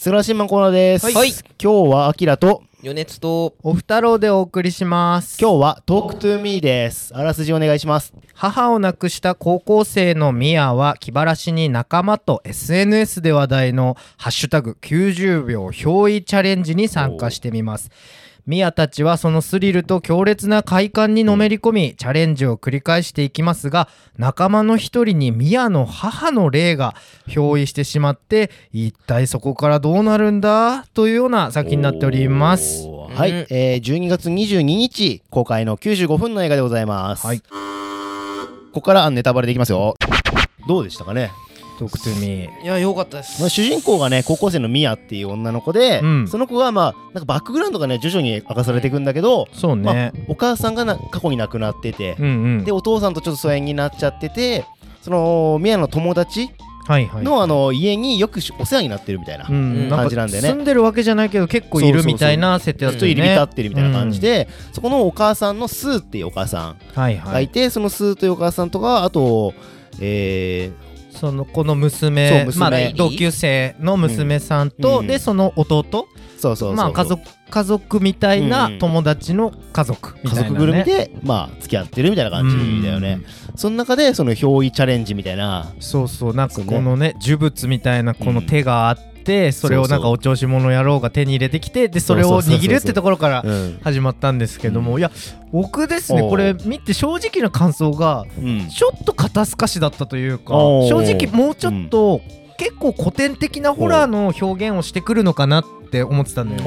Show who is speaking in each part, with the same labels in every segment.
Speaker 1: すらしんまんコーナーです。
Speaker 2: はいはい
Speaker 1: 今日はアキラと、
Speaker 2: 余熱と、
Speaker 3: おふたろうでお送りします。
Speaker 1: 今日はトークトゥーミーです。あらすじお願いします。
Speaker 3: 母を亡くした高校生のミアは気晴らしに仲間と SNS で話題の「ハッシュタグ #90 秒憑依チャレンジ」に参加してみます。ミアたちはそのスリルと強烈な快感にのめり込み、チャレンジを繰り返していきますが仲間の一人にミアの母の霊が憑依してしまって一体そこからどうなるんだというような作品になっております。
Speaker 1: おーはい、
Speaker 2: うん
Speaker 1: えー12月22日公開の95分の映画でございます。
Speaker 3: はい
Speaker 1: ここからネタバレでいきますよ。どうでしたかね、
Speaker 3: トークトゥーミー
Speaker 2: いや、良かったです。
Speaker 1: まあ、主人公がね高校生のミヤっていう女の子で、
Speaker 3: うん
Speaker 1: その子はまあなんかバックグラウンドがね徐々に明かされていくんだけど、
Speaker 3: そうね、
Speaker 1: まあ、お母さんがな過去に亡くなってて、
Speaker 3: うんうん
Speaker 1: でお父さんとちょっと疎遠になっちゃっててそのミヤの友達
Speaker 3: はいはい
Speaker 1: の,、あの家によくしお世話になってるみたいな、
Speaker 3: う
Speaker 2: うん
Speaker 3: ん、
Speaker 1: 感じなんでね
Speaker 3: 住んでるわけじゃないけど結構いるみたいな設定だっ
Speaker 1: ずったと
Speaker 3: よ
Speaker 1: 入り
Speaker 3: ね
Speaker 1: 浸ってるみたいな感じで、そこのお母さんのスーっていうお母さん
Speaker 3: はい
Speaker 1: が
Speaker 3: はいい
Speaker 1: て、そのスーというお母さんとかあとえ
Speaker 3: そのこの娘
Speaker 1: そう娘
Speaker 3: まあ、同級生の娘さんと、
Speaker 1: うん
Speaker 3: でその弟
Speaker 1: ーそうそうそうそう
Speaker 3: まあ家族家族みたい
Speaker 1: うん
Speaker 3: な
Speaker 1: うん
Speaker 3: 友達の家族み
Speaker 1: 家
Speaker 3: たいな、ね、
Speaker 1: 族ぐるみで、まあ付き合ってるみたいな感じだよね、その中でその憑依チャレンジみたいな
Speaker 3: うんそうそうなん
Speaker 1: そ
Speaker 3: か
Speaker 1: うね
Speaker 3: このね呪物みたいなこの手があって、それをなんかお調子者野郎が手に入れてきてでそれを握るってところから
Speaker 1: うん、
Speaker 3: 始まったんですけども、いや僕ですね
Speaker 1: おう
Speaker 3: これ見て正直な感想が
Speaker 1: うん、
Speaker 3: ちょっと肩透かしだったというか
Speaker 1: おー
Speaker 3: 正直もうちょっと、結構古典的なホラーの表現をしてくるのかなって思ってたのよそ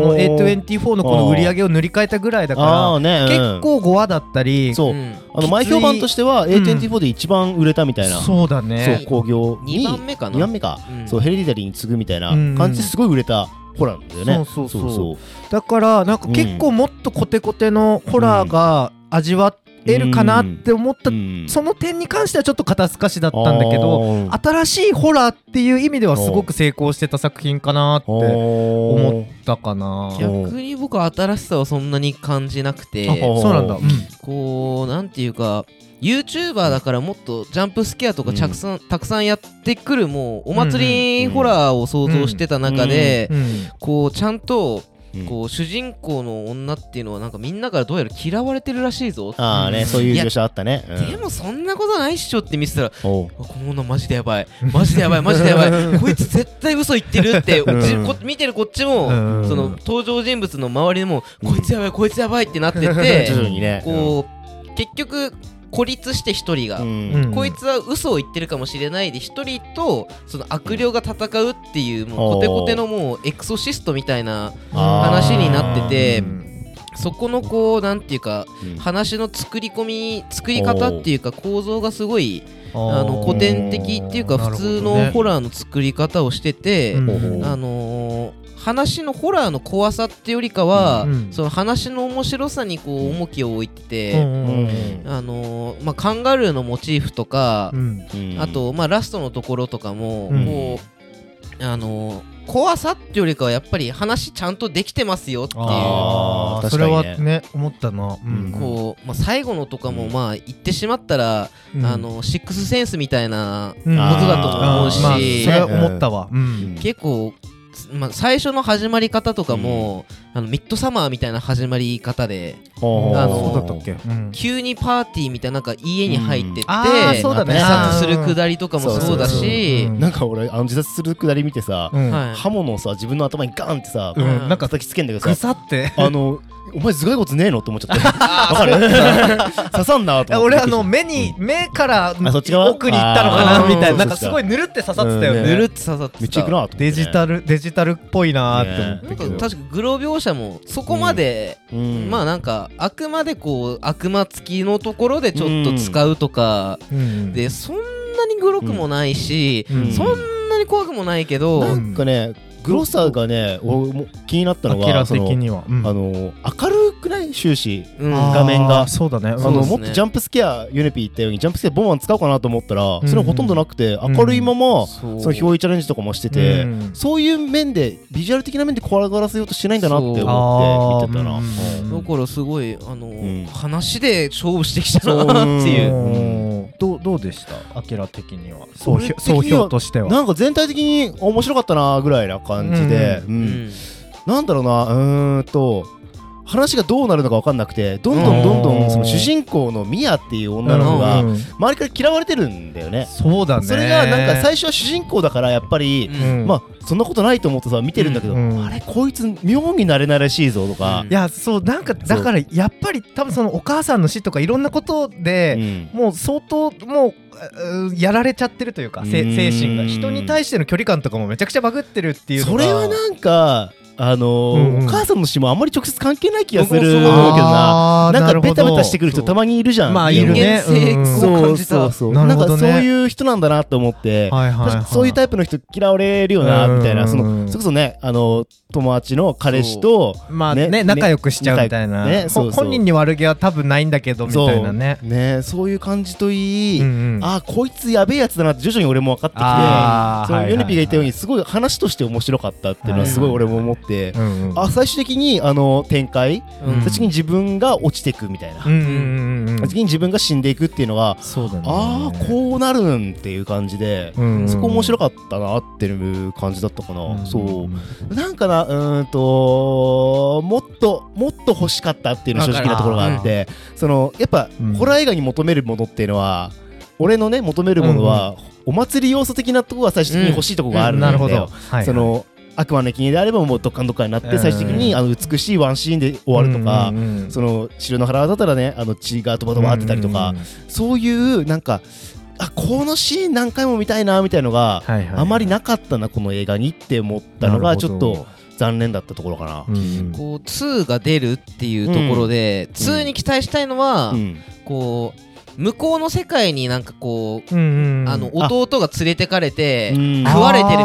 Speaker 3: の A24 のこの売り上げを塗り替えたぐらいだ
Speaker 1: あ
Speaker 3: か
Speaker 1: あね
Speaker 3: ら、結構5話だったり
Speaker 1: そう、
Speaker 2: うん
Speaker 1: あの前評判としては A24 で一番売れたみたいな、そう
Speaker 3: そうだね
Speaker 1: 興行に
Speaker 2: 2番目かな。
Speaker 1: 二番目か、
Speaker 2: うん
Speaker 1: そうヘレディタリーに次ぐみたいな
Speaker 3: うん
Speaker 1: 感じですごい売れたホラーなんだよね、
Speaker 3: そうそうそうだからなんか
Speaker 1: うん
Speaker 3: 結構もっとコテコテのホラーが味わえるかなって思った、
Speaker 1: うん
Speaker 3: その点に関してはちょっと肩透かしだったんだけど
Speaker 1: あー
Speaker 3: 新しいホラーっていう意味ではすごく成功してた作品かなって思
Speaker 1: 思
Speaker 3: ったかな。
Speaker 2: 逆に僕は新しさはそんなに感じなく
Speaker 1: あ
Speaker 2: て、
Speaker 1: ほ
Speaker 3: そうなんだ。
Speaker 1: うん
Speaker 2: こう、なんていうか、YouTuber だからもっとジャンプスケアとかたくさん,、たくさんやってくるもうお祭りホラーを想像してた中で、
Speaker 3: うん
Speaker 2: こうちゃんと
Speaker 1: うん
Speaker 2: こう主人公の女っていうのはなんかみんなからどうやら嫌われてるらしいぞ、
Speaker 1: ああね、そういう
Speaker 2: いや
Speaker 1: 描写あったね。うん
Speaker 2: でもそんなことないっしょって見せたら
Speaker 1: おう
Speaker 2: あこの女マジでやばいマジでやばいマジで やばいこいつ絶対嘘言ってるって、
Speaker 1: ん
Speaker 2: じこ見てるこっちも、
Speaker 3: うん
Speaker 2: その登場人物の周りでも、
Speaker 1: うん
Speaker 2: こいつやばいこいつやばいってなってて、
Speaker 1: 徐々にね。
Speaker 2: こう結局孤立して一人が、
Speaker 1: うん、
Speaker 3: うん
Speaker 2: こいつは嘘を言ってるかもしれないで一人とその悪霊が戦うっていうもうコテコテのもうエクソシストみたいな話になってて
Speaker 3: うん
Speaker 2: そこのこうなんていうか
Speaker 1: うん
Speaker 2: 話の作り込み作り方っていうか構造がすごいあの
Speaker 3: ー
Speaker 2: 古典的っていうか
Speaker 3: なる
Speaker 2: 普
Speaker 3: ほど
Speaker 2: 通
Speaker 3: ね
Speaker 2: のホラーの作り方をしてて、
Speaker 3: うん
Speaker 1: うん
Speaker 2: あのー話のホラーの怖さってよりかは、
Speaker 3: うん
Speaker 2: その話の面白さにこう重きを置いて
Speaker 3: う
Speaker 2: て、
Speaker 3: んうんうん
Speaker 2: あのーまあ、カンガルーのモチーフとか
Speaker 3: う、ん
Speaker 1: うん
Speaker 2: あ、と、まあ、ラストのところとかも、
Speaker 3: うん
Speaker 2: こうあのー怖さってよりかはやっぱり話ちゃんとできてますよっていう
Speaker 1: あー
Speaker 3: それは
Speaker 1: 確かに
Speaker 3: ね思ったな。うん
Speaker 2: こうまあ、最後のとかもまあ言ってしまったら、
Speaker 3: うん
Speaker 2: あのシックスセンスみたい
Speaker 3: う
Speaker 2: な
Speaker 3: ん
Speaker 1: ことだと思うし
Speaker 3: あーまあそれは思ったわ。うん
Speaker 2: 結構、つまあ、最初の始まり方とかも、あのミッドサマーみたいな始まり方であ
Speaker 3: そ
Speaker 2: の
Speaker 3: うだったっけ？うん
Speaker 2: 急にパーティーみたいななんか家に入ってって、
Speaker 3: あーそうだね。
Speaker 2: 自殺する
Speaker 3: あー
Speaker 2: くだりとかもそうだ
Speaker 3: う
Speaker 2: し
Speaker 3: ん
Speaker 1: なんか俺、あの自殺するくだり見てさ、
Speaker 3: うん
Speaker 2: はい
Speaker 1: 刃物をさ、自分の頭にガンってさ、
Speaker 3: うんなんか
Speaker 1: 叩きつけんだけど
Speaker 3: ぐ
Speaker 1: さ、
Speaker 3: さって。
Speaker 1: あの、お前、頭蓋骨ねえのって思っちゃ った。わかる 刺さんなと思って。
Speaker 3: 俺あの目に目から
Speaker 1: そっち側
Speaker 3: 奥に行ったのかなみたい
Speaker 1: あー
Speaker 3: ななんかすごいぬるって刺さってたよ
Speaker 1: う
Speaker 3: ね。
Speaker 1: ん
Speaker 2: ぬるっと刺さってた
Speaker 1: めっちゃ行くなと思ってね。
Speaker 3: デジタルデジタルっぽいなーって
Speaker 2: な
Speaker 3: 思
Speaker 2: ん
Speaker 3: っ
Speaker 2: か
Speaker 3: たけど。
Speaker 2: 確かグロ描写もそこまで、
Speaker 1: うん。
Speaker 2: まあなんかあくまでこう悪魔付きのところでちょっと使うとか、
Speaker 3: うん
Speaker 2: でそんなにグロくもないし、
Speaker 3: うん
Speaker 2: そんなに怖くもないけど、
Speaker 1: なんかね、グロさがね、俺も気になったの
Speaker 3: 明ら
Speaker 1: が、
Speaker 3: 的
Speaker 1: その
Speaker 3: には、うん
Speaker 1: あの明るくない終始
Speaker 2: うん
Speaker 3: あー
Speaker 1: 画面が
Speaker 3: そうだね、
Speaker 1: あ
Speaker 3: うん
Speaker 2: そう
Speaker 1: の
Speaker 2: ですね
Speaker 1: もっとジャンプスケアユネピー言ったようにジャンプスケアボンバン使おうかなと思ったら
Speaker 3: ん
Speaker 1: それほとんどなくて
Speaker 3: ん
Speaker 1: 明るいままそ
Speaker 2: そう
Speaker 1: の憑依チャレンジとかもしてて
Speaker 3: うん
Speaker 1: そういう面でビジュアル的な面で怖がらせようとしないんだなって思って見てたな。
Speaker 3: そう
Speaker 2: だからすごいあの、
Speaker 1: ん
Speaker 2: 話で勝負してきた
Speaker 1: そう
Speaker 2: なっていう
Speaker 1: うん
Speaker 3: うんどうどうでしたアキラ的には総
Speaker 1: 俺
Speaker 3: 評
Speaker 1: 的に
Speaker 3: 総
Speaker 1: は
Speaker 3: 評としては
Speaker 1: なんか全体的に面白かったなぐらいな感じで、うん
Speaker 2: うん
Speaker 1: なんだろうなうーんと話がどうなるのか分かんなくてどんどんどんど
Speaker 3: うん
Speaker 1: んその主人公のミアっていう女の子が
Speaker 3: うん
Speaker 1: 周りから嫌われてるんだよね。
Speaker 3: そうだね
Speaker 1: それがなんか最初は主人公だからやっぱり、
Speaker 2: うん
Speaker 1: まあそんなことないと思ってさ見てるんだけど、
Speaker 3: うん
Speaker 1: あれこいつ妙になれなれしいぞとか
Speaker 2: うん
Speaker 3: い、やそうなんかだからやっぱり多分そのお母さんの死とかいろんなことで、
Speaker 1: うん
Speaker 3: もう相当もうううやられちゃってるというかせ
Speaker 1: うん
Speaker 3: 精神が人に対しての距離感とかもめちゃくちゃバグってるっていうの
Speaker 1: そ
Speaker 3: が
Speaker 1: れはなんかあのー
Speaker 3: うんうん
Speaker 1: お母さんの死もあんまり直接関係ない気がするけ
Speaker 2: 僕も
Speaker 1: ど
Speaker 2: そう思う
Speaker 1: な
Speaker 3: あー
Speaker 1: なんか
Speaker 3: るほ
Speaker 1: ベ
Speaker 3: ど
Speaker 1: タベタしてくる人たまにいるじゃん
Speaker 3: まあいるね
Speaker 2: 人間性
Speaker 3: うん
Speaker 2: こう
Speaker 1: そ
Speaker 2: 感
Speaker 1: う
Speaker 2: じ
Speaker 1: そ
Speaker 2: た
Speaker 1: うそう
Speaker 3: な
Speaker 1: な
Speaker 3: る
Speaker 1: ん
Speaker 3: ほ
Speaker 1: か
Speaker 3: ど
Speaker 1: そう
Speaker 3: ね
Speaker 1: いう人なんだなと思って、
Speaker 3: はいはいはい、
Speaker 1: そういうタイプの人嫌われるよなみたいな、
Speaker 3: うん
Speaker 1: そのそれこそねあの友達の彼氏と
Speaker 3: まあね
Speaker 1: ねね
Speaker 3: 仲良くしちゃうみたいな、
Speaker 1: 仲良くねそうそう
Speaker 3: ほ本人に悪気は多分ないんだけどみ
Speaker 1: そ
Speaker 3: た
Speaker 1: う
Speaker 3: いなね
Speaker 1: ねそういう感じといい、
Speaker 3: うんうん
Speaker 1: あーこいつやべえやつだなって徐々に俺も分かってき
Speaker 3: あー
Speaker 1: てそ
Speaker 3: は
Speaker 1: の
Speaker 3: いはい
Speaker 1: ヨ
Speaker 3: はい
Speaker 1: ネピが言ったようにすごい話として面白かったっていうのはすごい俺も思って、
Speaker 3: うんうん
Speaker 1: あ最終的にあの展開、
Speaker 2: うん
Speaker 1: 最終的に自分が落ちていくみたいな、
Speaker 3: うんうんうんう
Speaker 1: 最
Speaker 3: ん
Speaker 1: 終的に自分が死んでいくっていうのが、
Speaker 3: そうだね
Speaker 1: ああこうなるんっていう感じで、
Speaker 3: うんうんうん
Speaker 1: そこ面白かったなっていう感じだったかな、
Speaker 3: ん
Speaker 1: そうなんかな、うーんと、もっと、もっと欲しかったっていうのは正直なところがあって、その、やっぱ、
Speaker 3: うん
Speaker 1: ホラー映画に求めるものっていうのは、俺のね、求めるものは、お祭り要素的なところは最終的に欲しいところがあるんだ
Speaker 3: なる
Speaker 1: よ、
Speaker 3: ほど、はい、
Speaker 1: その、悪魔の金であればもうドッカンドッカンになっ
Speaker 3: うん
Speaker 1: て最終的にあの美しいワンシーンで終わるとか
Speaker 3: うんうんうん
Speaker 1: その白の腹だったらねあの血がドバドバってたりとか
Speaker 3: うんうんうん
Speaker 1: そういうなんかあこのシーン何回も見たいなみたいのが
Speaker 3: はいはい
Speaker 1: あまりなかったなこの映画にって思ったの
Speaker 3: な
Speaker 1: が
Speaker 3: る
Speaker 1: ち
Speaker 3: ほ
Speaker 1: ょっ
Speaker 3: ど
Speaker 1: と残念だったところかな。
Speaker 3: うんうん
Speaker 2: こう2が出るっていうところで、2に期待したいのは、
Speaker 1: うん
Speaker 2: こう向こうの世界になんかこう、
Speaker 3: うんうんうん
Speaker 2: あの弟が連れてかれて
Speaker 1: うん
Speaker 2: 食われてるみたい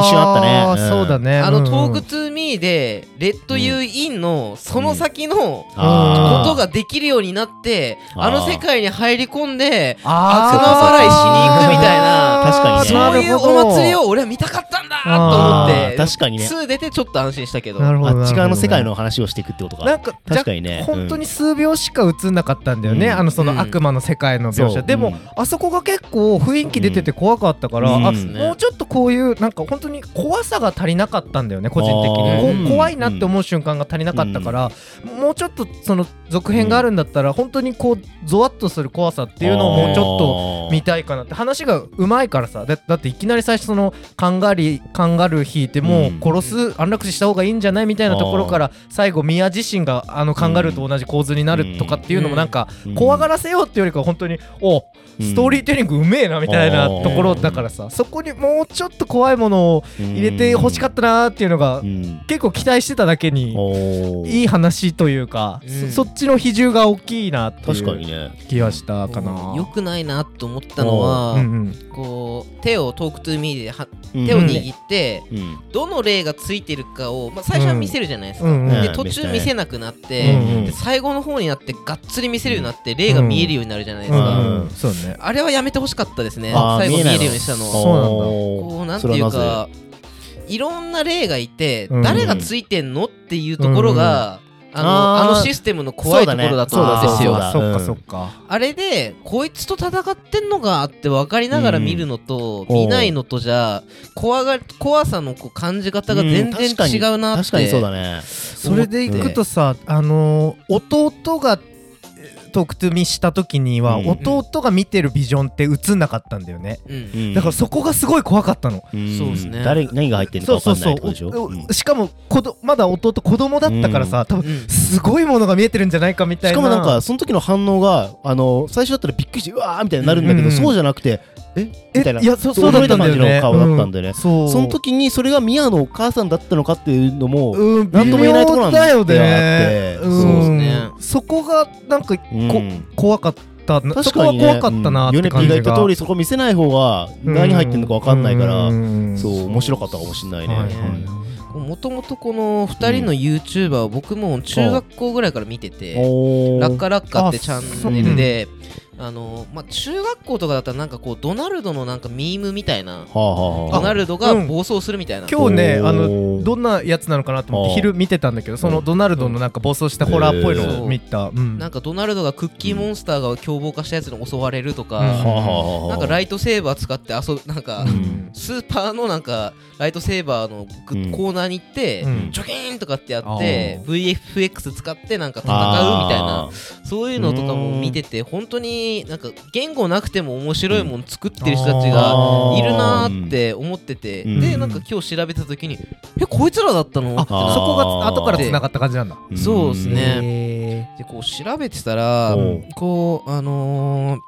Speaker 3: あー
Speaker 1: 一瞬あったねうん
Speaker 3: そうだね
Speaker 2: あ
Speaker 3: う
Speaker 2: の
Speaker 3: んうん
Speaker 2: トークトゥーミーでレッドユーインのその先の
Speaker 1: あー
Speaker 2: ことができるようになって
Speaker 1: あー
Speaker 2: あの世界に入り込んで
Speaker 3: あー
Speaker 2: 悪魔払いしに行くみたいな
Speaker 1: 確かにね
Speaker 2: そういうお祭り
Speaker 3: を
Speaker 2: を俺は見たかったんだ
Speaker 3: あ
Speaker 2: と
Speaker 3: ー
Speaker 2: 思って
Speaker 1: あー確かにね
Speaker 2: 2出てちょっと安心したけど
Speaker 3: なるほど
Speaker 1: あっち側の世界
Speaker 3: の
Speaker 1: の話をしていくってことか
Speaker 3: なんか
Speaker 1: 確かにね
Speaker 3: 本当に数秒しか映んなかったんだよね、
Speaker 1: うん
Speaker 3: あのそ
Speaker 2: うん
Speaker 3: の悪魔の世界の描
Speaker 1: そ
Speaker 3: 写
Speaker 1: う
Speaker 3: でも、
Speaker 1: うん
Speaker 3: あそこが結構雰囲気出てて怖かったから、
Speaker 1: うん
Speaker 3: あ
Speaker 1: うん
Speaker 3: もうちょっとこういうなんか本当に怖さが足りなかったんだよね個人的
Speaker 1: あ
Speaker 2: ー
Speaker 3: に
Speaker 2: うん
Speaker 3: こ怖いなって思う瞬間が足りなかったから、もうちょっとその続編があるんだったら本当にこうゾワッとする怖さっていうのをもうちょっと
Speaker 1: と
Speaker 3: 見たいかなって話がうまいからさだだっていきなり最初そのカンガリーカンガルー引いても
Speaker 1: うん
Speaker 3: う殺す安楽死した方がいいんじゃないみたいなところから最後ミヤ自身があのカンガルーと同じ構図になるとかっていうの
Speaker 2: うん
Speaker 3: もなんか怖がらせようっていうよりかは本当におストーリーテリングうめえなみたいな
Speaker 1: うん
Speaker 3: ところだからさそこにもうちょっと怖いものを入れて欲しかったなーっていうのが
Speaker 1: たい
Speaker 3: 結構期待してただけにいい話というか
Speaker 2: うん
Speaker 3: そそっちの比重が大きいなってい
Speaker 1: 確かに
Speaker 3: う
Speaker 1: ね
Speaker 3: 気がしたかな。
Speaker 2: よくないなと思ったのは、
Speaker 3: うんうん
Speaker 2: こう手をトークトゥーミーでは
Speaker 1: うん
Speaker 2: 手を握って、
Speaker 1: うん
Speaker 2: どの霊がついてるかを、まあ、最初は見せるじゃないです
Speaker 3: う
Speaker 2: か、
Speaker 3: んうん
Speaker 1: ね
Speaker 2: で途中見せなくなって、
Speaker 3: うんうん
Speaker 2: で最後の方になってがっつり見せるようになって霊が見えるようになるじゃないですか、
Speaker 1: ん
Speaker 3: うん、そうね。
Speaker 2: あれはやめてほしかったですね
Speaker 1: あー
Speaker 2: 最後見え
Speaker 1: な
Speaker 2: る
Speaker 1: い
Speaker 2: ようにしたのは
Speaker 3: そうなんだ
Speaker 2: こう
Speaker 1: おー
Speaker 2: なんて
Speaker 1: それ
Speaker 2: い
Speaker 1: は
Speaker 2: う
Speaker 1: ぜ
Speaker 2: かいろんな例がいて、
Speaker 3: うん
Speaker 2: 誰がついてんのっていうところが、あの
Speaker 1: あー
Speaker 2: あのシステムの怖いところだと思うんですよ、
Speaker 1: そうだ
Speaker 3: そ
Speaker 1: そう
Speaker 3: っ
Speaker 1: だう
Speaker 3: か
Speaker 1: ん
Speaker 3: そっか。
Speaker 2: あれでこいつと戦ってんのかって分かりながら見るのと、
Speaker 1: うん
Speaker 2: 見ないのとじゃ怖が怖さのこう感じ方が全
Speaker 1: ん
Speaker 2: 然
Speaker 1: 確かに
Speaker 2: 違うなって、
Speaker 1: 確かにそうだね
Speaker 3: それでいくとさ、あのー弟がえートークトゥミした時には、
Speaker 1: うん
Speaker 3: 弟が見てるビジョンって映んなかったんだよね。
Speaker 2: うん
Speaker 1: うん
Speaker 3: だからそこがすごい怖かったの。
Speaker 1: うん
Speaker 2: そうですね
Speaker 1: 誰何が入ってる
Speaker 3: そ
Speaker 1: の
Speaker 3: う
Speaker 1: か
Speaker 3: そ
Speaker 1: わ
Speaker 3: う
Speaker 1: かんな
Speaker 3: そ
Speaker 1: いうってことでしょうん
Speaker 3: おしかも子どまだ弟子供だったからさ、多分
Speaker 2: うん
Speaker 3: すごいものが見えてるんじゃないかみたい
Speaker 1: し
Speaker 3: な。
Speaker 1: かもなんかその時の反応があの最初だったらびっくりしてうわーみたいになるんだけど
Speaker 3: うん
Speaker 1: そうじゃなくてえ
Speaker 3: え
Speaker 1: みたいない
Speaker 3: やそそうだったんだ
Speaker 1: 驚
Speaker 3: よね。
Speaker 1: いた感じの顔だったんだよね
Speaker 3: うそう。
Speaker 1: その時にそれがミアのお母さんだったのかっていうのも
Speaker 3: うん、
Speaker 1: なんとも言えないところなんだよね
Speaker 3: 微妙だよね
Speaker 1: そう
Speaker 2: ですね
Speaker 3: うんそこがなんかこ、
Speaker 1: うん
Speaker 3: 怖かったな
Speaker 1: 確かにね
Speaker 3: そこは怖かったな
Speaker 1: う
Speaker 3: っ
Speaker 1: んヨネピ
Speaker 3: て
Speaker 1: ー
Speaker 3: 感
Speaker 1: が
Speaker 3: じが、
Speaker 1: 言った通りそこ見せない方が何入ってるのかわかんないからそう面白かったかもしれないね
Speaker 3: はいはい
Speaker 2: もともとこの2人の YouTuber を僕も中学校ぐらいから見てて、
Speaker 1: おー
Speaker 2: ラッカラッカってチャンネルで、あのまあ、中学校とかだったらなんかこうドナルドのなんかミームみたいな
Speaker 1: はあはあ
Speaker 2: ド
Speaker 1: はあ
Speaker 2: ナルドが
Speaker 3: うん
Speaker 2: 暴走するみたいな、
Speaker 3: 今日ね
Speaker 1: おー
Speaker 3: あのどんなやつなのかなと思って
Speaker 1: あー
Speaker 3: 昼見てたんだけどそのドナルドのなんか暴走したホラーっぽいのを見た、うん
Speaker 2: なんかドナルドがクッキーモンスターが凶暴化したやつに襲われると
Speaker 3: うん
Speaker 2: か、
Speaker 1: はあはあはあ
Speaker 2: なんかライトセーバー使って遊ぶなんか、
Speaker 1: うん
Speaker 2: スーパーのなんかライトセーバーのグ
Speaker 1: うん
Speaker 2: コーナーに行って、
Speaker 3: うん
Speaker 2: ジョキーンとかってやって
Speaker 3: あ
Speaker 2: VFX 使ってなんか戦うみたい
Speaker 1: あ
Speaker 2: な
Speaker 1: ー
Speaker 2: そういうのとかも見てて本当になんか言語なくても面白いもの作ってる人たちがいるなーって思ってて、
Speaker 1: うん
Speaker 2: でなんか今日調べた時に「えこいつらだったの?」
Speaker 3: あ
Speaker 2: ってな
Speaker 1: ー
Speaker 3: そこが後からつながった感じなんだ
Speaker 1: うん
Speaker 2: そうっすね
Speaker 3: へ
Speaker 2: でこう調べてたら
Speaker 1: おう
Speaker 2: こうあのー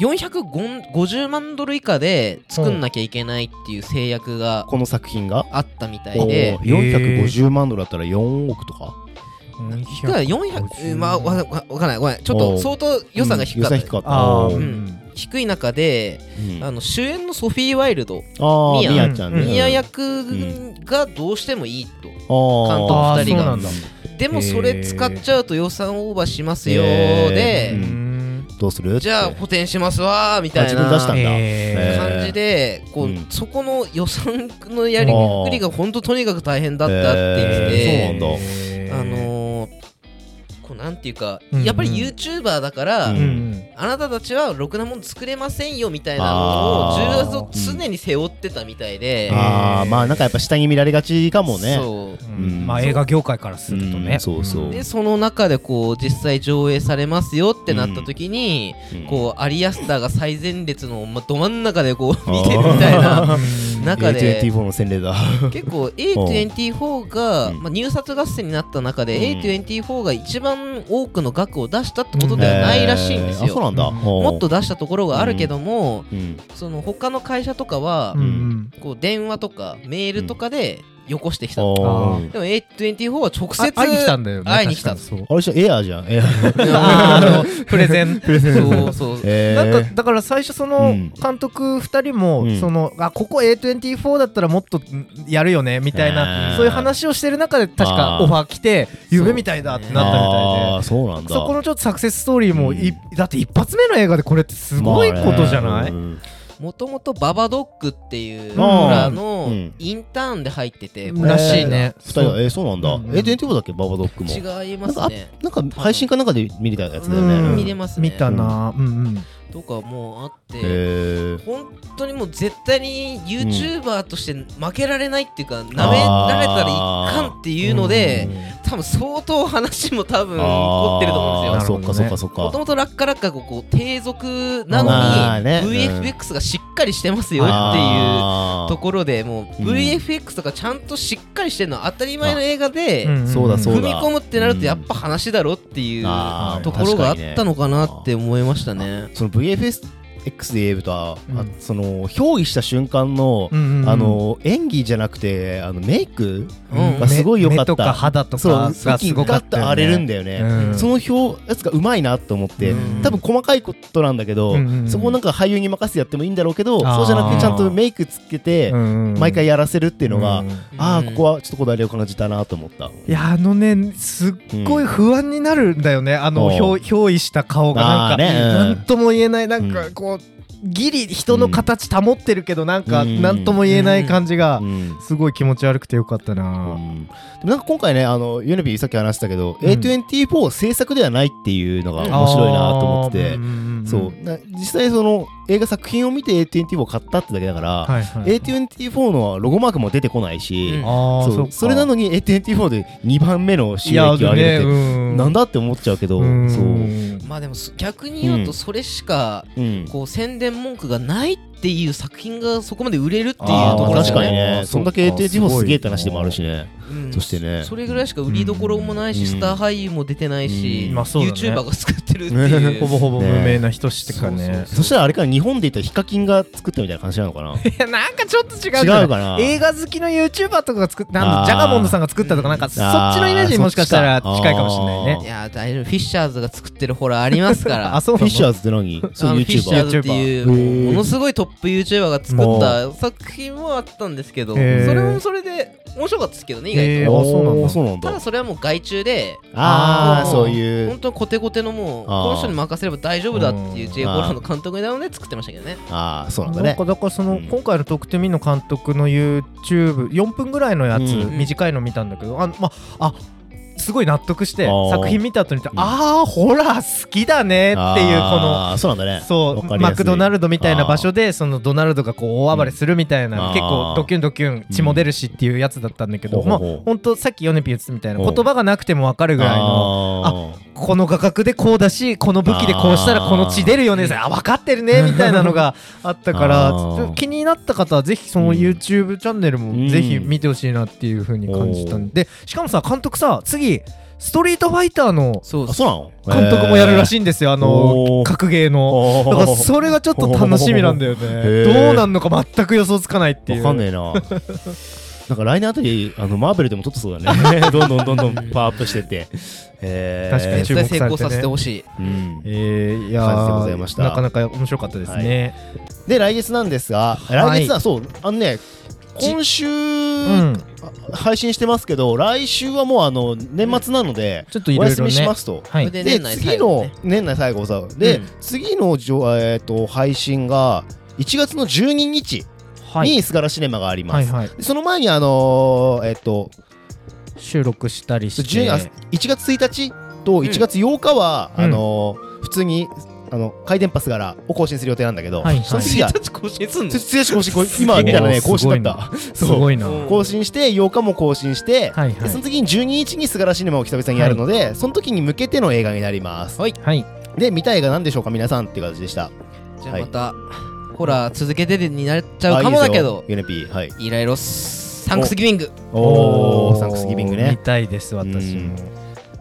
Speaker 2: 450万ドル以下で作んなきゃいけないっていう制約が
Speaker 1: この作品が
Speaker 2: あったみた
Speaker 1: お
Speaker 2: いで
Speaker 1: ー450万ドルだったら4億とか
Speaker 3: ー
Speaker 2: いくら400えーまあわわわかんないごめんちょっと相当予算が低かった、
Speaker 1: うん予算低かった
Speaker 3: あー
Speaker 1: う
Speaker 2: うんん低い中であの主演のソフィー・ワイルド、
Speaker 1: あーミ
Speaker 2: ミヤ
Speaker 1: ヤちゃんね
Speaker 3: うん
Speaker 2: ミヤ
Speaker 1: 監
Speaker 2: 役がどうしてもいいと、
Speaker 1: 督
Speaker 3: あ
Speaker 2: 監督二人が
Speaker 3: ーそうなんだ
Speaker 2: でもそれ使っちゃうと予算オーバーしますよ
Speaker 1: へー
Speaker 2: で、
Speaker 1: うんどうする
Speaker 2: じゃあ
Speaker 1: って
Speaker 2: 補填しますわーみたい
Speaker 1: あ自分出
Speaker 2: な
Speaker 1: したんだ
Speaker 3: え
Speaker 1: へー
Speaker 2: 感じでこう、
Speaker 1: うん
Speaker 2: そこの予算のやりくりが本当とにかく大変だったって
Speaker 1: へー
Speaker 2: 言ってて、
Speaker 3: ー
Speaker 2: あのーこうなんていうか、
Speaker 3: うん
Speaker 2: やっぱり YouTuber だから、
Speaker 1: うん
Speaker 3: うん
Speaker 2: あなたたちはろくなもん作れませんよみたいなのを
Speaker 1: あ
Speaker 2: 重
Speaker 1: ー
Speaker 2: 圧を常に背負ってたみたいで、
Speaker 1: あーまあなんかやっぱ下に見られがちかもね
Speaker 2: そう
Speaker 1: うん
Speaker 3: まあ映画業界からすると
Speaker 1: う
Speaker 3: ね
Speaker 1: んそうそう
Speaker 2: でその中でこう実際上映されますよってなった時に、こうアリアスターが最前列の、ま、ど真ん中でこう見てるみたいな中で
Speaker 1: 24の洗礼だ
Speaker 2: 結構 A24 が、
Speaker 1: うん
Speaker 2: ま、入札合戦になった中で、
Speaker 1: うん
Speaker 2: A24 が一番多くの額を出したってことではないらしいんです
Speaker 1: えーあそう
Speaker 2: よ。
Speaker 1: なんだ
Speaker 3: うん
Speaker 2: も
Speaker 1: も
Speaker 2: っと出したところがあるけども、
Speaker 1: うん
Speaker 2: その他の会社とかは、
Speaker 3: うんうん
Speaker 2: こう電話とかメールとかでよこしてきた、
Speaker 1: あー
Speaker 2: でも A24 は直
Speaker 3: あ
Speaker 2: 接
Speaker 3: 会いに来 たんだよね
Speaker 2: 会いに来た
Speaker 3: 確かにそう
Speaker 1: あれじゃエアーじゃんエアー
Speaker 3: あーあのプレゼ ン
Speaker 1: プレゼン
Speaker 2: そうそう
Speaker 1: え
Speaker 3: なん
Speaker 1: ー
Speaker 3: かだから最初そうの
Speaker 1: ん
Speaker 3: 監督2人も、
Speaker 1: うん
Speaker 3: そのあここ A24 だったらもっとんやるよねみたいな、
Speaker 1: へー
Speaker 3: そういう話をしてる中で確か
Speaker 1: あー
Speaker 3: オファー来て夢みたいだってなったみたい
Speaker 1: あ
Speaker 3: で。
Speaker 1: ーそうなんだ
Speaker 3: そこのちょっとサクセスストーリーもい、
Speaker 1: う
Speaker 3: だって一発目の映画でこれってすごいことじゃない、
Speaker 1: まあねうん
Speaker 2: もともとババドックっていう
Speaker 1: あー
Speaker 2: 村の
Speaker 1: うん
Speaker 2: インターンで入ってて、
Speaker 3: うんらしいね
Speaker 1: えー二人はえーそうなんだ
Speaker 3: うん
Speaker 1: えー24だっけババドックも
Speaker 2: 違いますね。
Speaker 1: なんか配信かなんかで見れたやつだよ
Speaker 3: う
Speaker 1: ね
Speaker 3: ん
Speaker 2: 見れますね
Speaker 3: 見たなうんうん
Speaker 2: とかもうあって、
Speaker 1: へー
Speaker 2: 本当にもう絶対に YouTuber として負けられないっていうか、なめられたらいかんっていうので、多分相当話も多分凝ってると思うん
Speaker 1: あ
Speaker 2: で
Speaker 1: ー
Speaker 2: す
Speaker 1: そ
Speaker 2: よ。
Speaker 1: っかそっかそっ
Speaker 2: もと
Speaker 1: か
Speaker 2: もと落下落下がこう低俗な
Speaker 1: まあ
Speaker 2: のに、
Speaker 1: ねうん
Speaker 2: VFX がしっかりしてますよっていう。
Speaker 1: あー
Speaker 2: ところでもう
Speaker 1: うん
Speaker 2: VFX とかちゃんとしっかりしてるのは当たり前の映画で
Speaker 3: うんん
Speaker 1: そうだそう
Speaker 2: 踏
Speaker 1: だ
Speaker 2: み込むってなるとやっぱ話だろっていう
Speaker 1: あ
Speaker 3: ー
Speaker 2: ところがあったのかなって思いましたね。
Speaker 1: その VFX で言えばとは、あ
Speaker 3: うん
Speaker 1: その評議した瞬間の、
Speaker 3: うんうん
Speaker 1: あの演技じゃなくてあのメイク
Speaker 2: うん
Speaker 1: がすごい良かった、
Speaker 3: 目とか肌と
Speaker 1: そう
Speaker 3: かがす
Speaker 1: 先
Speaker 3: ご
Speaker 1: が
Speaker 3: か
Speaker 1: ガ
Speaker 3: っ
Speaker 1: ッ
Speaker 3: た
Speaker 1: と
Speaker 3: よ
Speaker 1: 荒れるん
Speaker 3: ね
Speaker 1: だよね、
Speaker 3: うん
Speaker 1: その表やつがうまいなと思って、
Speaker 3: うん
Speaker 1: 多分細かいことなんだけど、
Speaker 3: うんうん
Speaker 1: そこなんか俳優に任せてやってもいいんだろうけど
Speaker 3: あー
Speaker 1: そうじゃなくてちゃんとメイクつけて
Speaker 3: うんうん
Speaker 1: 毎回やらせるっていうのが、
Speaker 3: うん
Speaker 1: ああここはちょっとこだわりを感じたなと思った。
Speaker 3: いやあのねすっごい不安になるんだよね、あの
Speaker 1: おう
Speaker 3: ひょ憑依した顔がなん
Speaker 1: あ
Speaker 3: か、
Speaker 1: ーねうん
Speaker 3: なんとも言えないなんか
Speaker 1: うん
Speaker 3: こう、ギリ人の形保ってるけどなんか、
Speaker 1: うん
Speaker 3: なんとも言えない感じが、
Speaker 1: うん
Speaker 3: すごい気持ち悪くてよかった
Speaker 1: う
Speaker 3: な、
Speaker 1: ん、でもなんか今回ねあのユネビーさっき話したけど、
Speaker 3: うん
Speaker 1: A24 制作ではないっていうのが面白いなと思ってて、
Speaker 3: あーんんん
Speaker 1: そうな実際その映画作品を見て A24 を買ったってだけだから、
Speaker 3: はいはい、
Speaker 1: A24 のロゴマークも出てこないし、
Speaker 2: うん
Speaker 3: あー
Speaker 1: そう
Speaker 3: っ
Speaker 1: そ
Speaker 3: か
Speaker 1: れなのに A24 で2番目の収益を上げるって、
Speaker 3: うん
Speaker 1: なんだって思っちゃうけど、
Speaker 3: うん
Speaker 1: そう、
Speaker 2: まあでもそ逆に言う
Speaker 1: う
Speaker 2: と
Speaker 1: ん
Speaker 2: それしか
Speaker 1: うん、
Speaker 2: こう宣伝文句がないっていう作品がそこまで売れるっていう
Speaker 1: あ
Speaker 2: と
Speaker 1: ーま
Speaker 2: ころ
Speaker 1: あ
Speaker 2: で
Speaker 1: 確
Speaker 2: す
Speaker 1: かに
Speaker 2: ね。
Speaker 1: ね
Speaker 3: あ
Speaker 1: そんだけ
Speaker 3: そうか
Speaker 1: A24 すげえって話でもあるしね
Speaker 2: うん
Speaker 1: そしてね
Speaker 2: それぐらいしか売りどころもないし、
Speaker 1: うん
Speaker 2: スター俳優も出てないし、
Speaker 1: うん
Speaker 3: まあそうだね
Speaker 2: YouTuber が作ってるって いう。
Speaker 3: ほぼほぼ無名な人してか
Speaker 2: ね
Speaker 3: ね
Speaker 1: そしたらあれから日本で言ったらヒカキンが作ったみたいな感じなのかな
Speaker 3: いやなんかちょっと違う
Speaker 1: 違
Speaker 3: じゃないう
Speaker 1: かな
Speaker 3: 映画好きの YouTuber とかが作ったなん
Speaker 1: あ
Speaker 3: だ
Speaker 1: ー
Speaker 3: ジャガモンドさんが作ったとかなんかそっちのイメージにもしかしたら近いかもしれない
Speaker 1: あ
Speaker 3: ね
Speaker 1: ー
Speaker 2: いやー大丈夫フィッシャーズが作ってるホラーあります から
Speaker 3: あそう
Speaker 1: フィッシャ
Speaker 3: ー
Speaker 1: ーズって何
Speaker 2: あ
Speaker 1: そ
Speaker 2: の
Speaker 1: う
Speaker 2: フ
Speaker 1: い
Speaker 2: ィ
Speaker 1: う
Speaker 2: ッシャーズってい
Speaker 1: YouTuber へ
Speaker 2: う
Speaker 1: ー
Speaker 2: ものすごいトップ YouTuber が作った作品もあったんですけどそ
Speaker 3: へー
Speaker 2: れもそれで面白かったですけどね意
Speaker 3: へ
Speaker 2: 外
Speaker 3: えー
Speaker 2: と
Speaker 3: あそうなんだ
Speaker 1: おーそうなん
Speaker 2: ただ
Speaker 1: だ
Speaker 2: それはもう外注で
Speaker 1: ああ
Speaker 2: も
Speaker 1: そういう
Speaker 2: 本当にコテコテのもうこ
Speaker 1: あー
Speaker 2: の人に任せれば大丈夫だっていう
Speaker 3: うん
Speaker 2: J ホラーの監督なので作ってましたけどね
Speaker 1: ああそうなんだ
Speaker 3: な
Speaker 1: ね
Speaker 3: んかだからその、
Speaker 1: うん
Speaker 3: 今回の「特典見」の監督の YouTube4 分ぐらいのやつ、
Speaker 1: うん
Speaker 3: 短いの見たんだけどあまあすごい納得して
Speaker 1: あー
Speaker 3: 作品見た後に見て、
Speaker 1: うん
Speaker 3: ああホラー好きだねっていうこの
Speaker 1: あーそうなんだねわ
Speaker 3: そう
Speaker 1: かりやす
Speaker 3: マ
Speaker 1: い
Speaker 3: クドナルドみたいな場所でそのドナルドがこう大暴れするみたいな、
Speaker 1: うん
Speaker 3: 結構
Speaker 1: あー
Speaker 3: ドキュンドキュン血も出るしっていうやつだったんだけど、
Speaker 1: ほう
Speaker 3: ま
Speaker 1: ほ
Speaker 3: あ
Speaker 1: うほう
Speaker 3: 本当さっきヨネピ言ってたみたいな
Speaker 1: ほう
Speaker 3: 言葉がなくても分かるぐらいの
Speaker 1: あー
Speaker 3: この画角でこうだしこの武器でこうしたらこの血出るよね
Speaker 2: あー
Speaker 3: あ分かってるねみたいなのが あったから
Speaker 1: あ
Speaker 3: ち
Speaker 1: ー
Speaker 3: ょっと気になった方はぜひその
Speaker 1: うん
Speaker 3: YouTube チャンネルもぜひ見てほしいなっていうふうに感じた
Speaker 1: うんん
Speaker 3: でしかもさ監督さ次ストリートファイターの
Speaker 2: そう
Speaker 1: あそうなの
Speaker 3: 監督もやるらし
Speaker 1: い
Speaker 3: いんですよあの
Speaker 1: おー
Speaker 3: 格ゲーの。だからそれがちょっと楽しみなんだ よね。
Speaker 1: ー
Speaker 3: どうなんのか全く予想つかないっていう。
Speaker 1: わかんねえななんか来年あたりあのマーベルでも撮ってそうだ ねどんどんどんどんパワーアップしてってえー
Speaker 3: 確かに
Speaker 2: 絶対成功させてほしい
Speaker 1: うん
Speaker 3: えー、いや
Speaker 1: 感じでございまし
Speaker 3: ー
Speaker 1: た
Speaker 3: なかなか面白かったですね。
Speaker 1: で来月なんですが
Speaker 3: い
Speaker 1: 来月はそうあのね
Speaker 3: じ
Speaker 1: 今週
Speaker 3: うん、
Speaker 1: 配信してますけど来週はもうあの年末なので
Speaker 3: ちょっと
Speaker 1: お
Speaker 3: いろい
Speaker 1: 休
Speaker 3: ろ
Speaker 1: みし
Speaker 3: ね
Speaker 1: ま。すと
Speaker 3: はい。
Speaker 2: で
Speaker 1: で
Speaker 2: 年内
Speaker 1: 次
Speaker 2: 最後
Speaker 1: の
Speaker 2: ね
Speaker 1: 年内最後さで
Speaker 2: うん
Speaker 1: 次のじょえーと配信が1月の12日
Speaker 3: はい。
Speaker 1: にすがらシネマがありま
Speaker 3: はい
Speaker 1: す
Speaker 3: はい。
Speaker 1: でその前にあのーえっと
Speaker 3: 収録したりして。
Speaker 1: 10あ1月1日と1月8日は
Speaker 3: うん
Speaker 1: あのー普通にあの回電波すがらを更新する予定なんだけど
Speaker 3: はいはい
Speaker 1: その次 が
Speaker 2: 1日更新すんの
Speaker 1: つ剛更新こう今見たらね
Speaker 3: おー
Speaker 1: 更
Speaker 3: す
Speaker 1: 新
Speaker 3: ご
Speaker 1: だ
Speaker 3: い
Speaker 1: っ
Speaker 3: な
Speaker 1: た
Speaker 3: す
Speaker 1: そう
Speaker 3: ごいな。
Speaker 2: う
Speaker 3: は
Speaker 2: ん
Speaker 1: 更新して8日も更新して、
Speaker 3: い
Speaker 1: でそ
Speaker 3: は
Speaker 1: の次に12日に「すがらシネマ」を北別さんにやるので、その時に向けての映画になります、
Speaker 2: はい
Speaker 3: い。はい。
Speaker 1: で見たい映画何でしょうか皆さんっていう形でした
Speaker 2: じゃあ
Speaker 1: はい
Speaker 2: またホラー続けてになっちゃうかもだけど
Speaker 1: ユネピーはい
Speaker 2: イライロスサンクスギビング
Speaker 1: おーサンクスギビング
Speaker 3: 見
Speaker 1: ね
Speaker 3: たいです、私
Speaker 1: う
Speaker 3: も
Speaker 1: ん。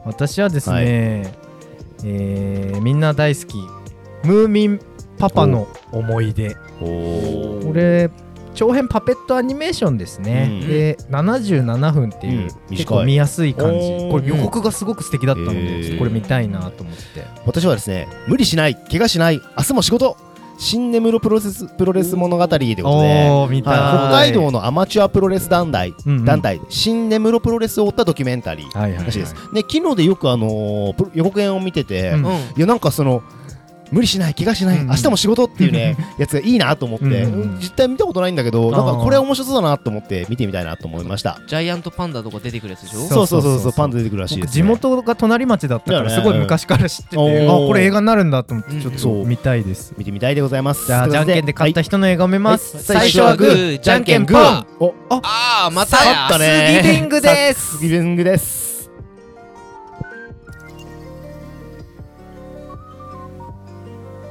Speaker 3: 私はですね、えーみんな大好き、ムーミンパパの思い出。
Speaker 1: おお
Speaker 3: これ長編パペットアニメーションですね、
Speaker 1: うん
Speaker 3: で77分っていう、
Speaker 1: うん
Speaker 3: 結構
Speaker 1: 短い
Speaker 3: 見やすい感じ
Speaker 1: おー
Speaker 3: これ予告がすごく素敵だったので、
Speaker 1: うん
Speaker 3: ちょっとこれ見たいなと思って、
Speaker 1: 私はですね無理しない怪我しない明日も仕事新根室プロレスプロレス物語ということで、
Speaker 3: おお見たい、
Speaker 1: はい、北海道のアマチュアプロレス団体、
Speaker 3: うんうん
Speaker 1: 団体新根室プロレスを追ったドキュメンタリー
Speaker 3: はいはい、
Speaker 1: らしいです、
Speaker 3: は
Speaker 1: で昨日でよくあのープロ予告編を見てて、
Speaker 3: うん
Speaker 2: うん
Speaker 1: いやなんかその無理しない怪我しない、
Speaker 3: うん
Speaker 1: 明日も仕事っていう ねやつがいいなと思って、
Speaker 3: うんうん
Speaker 1: 実際見たことないんだけど
Speaker 3: あ
Speaker 1: な
Speaker 3: ー
Speaker 1: んかこれ面白そうだなと思って見てみたいなと思いました
Speaker 2: ジャイアントパンダとか出てくるやつでしょ
Speaker 1: そうそうそうそう
Speaker 3: そうそうそう
Speaker 1: パンダ出てくるらしいで
Speaker 3: 僕
Speaker 1: す、ね、
Speaker 3: 地元が隣町だったから
Speaker 1: だ
Speaker 3: す
Speaker 1: よね
Speaker 3: ごい昔から知ってて、
Speaker 1: うん
Speaker 3: あこれ映画になるんだと思ってちょっ
Speaker 2: うん
Speaker 3: と
Speaker 1: そう
Speaker 3: 見たいです、
Speaker 1: 見てみたいでございます
Speaker 3: じゃあじゃんけんで勝った人の映画を見ます、
Speaker 1: はい最初はグー
Speaker 2: じゃんけんパー
Speaker 1: お
Speaker 2: ああまたや
Speaker 1: 勝ったね
Speaker 3: スギビングです
Speaker 1: スギビングです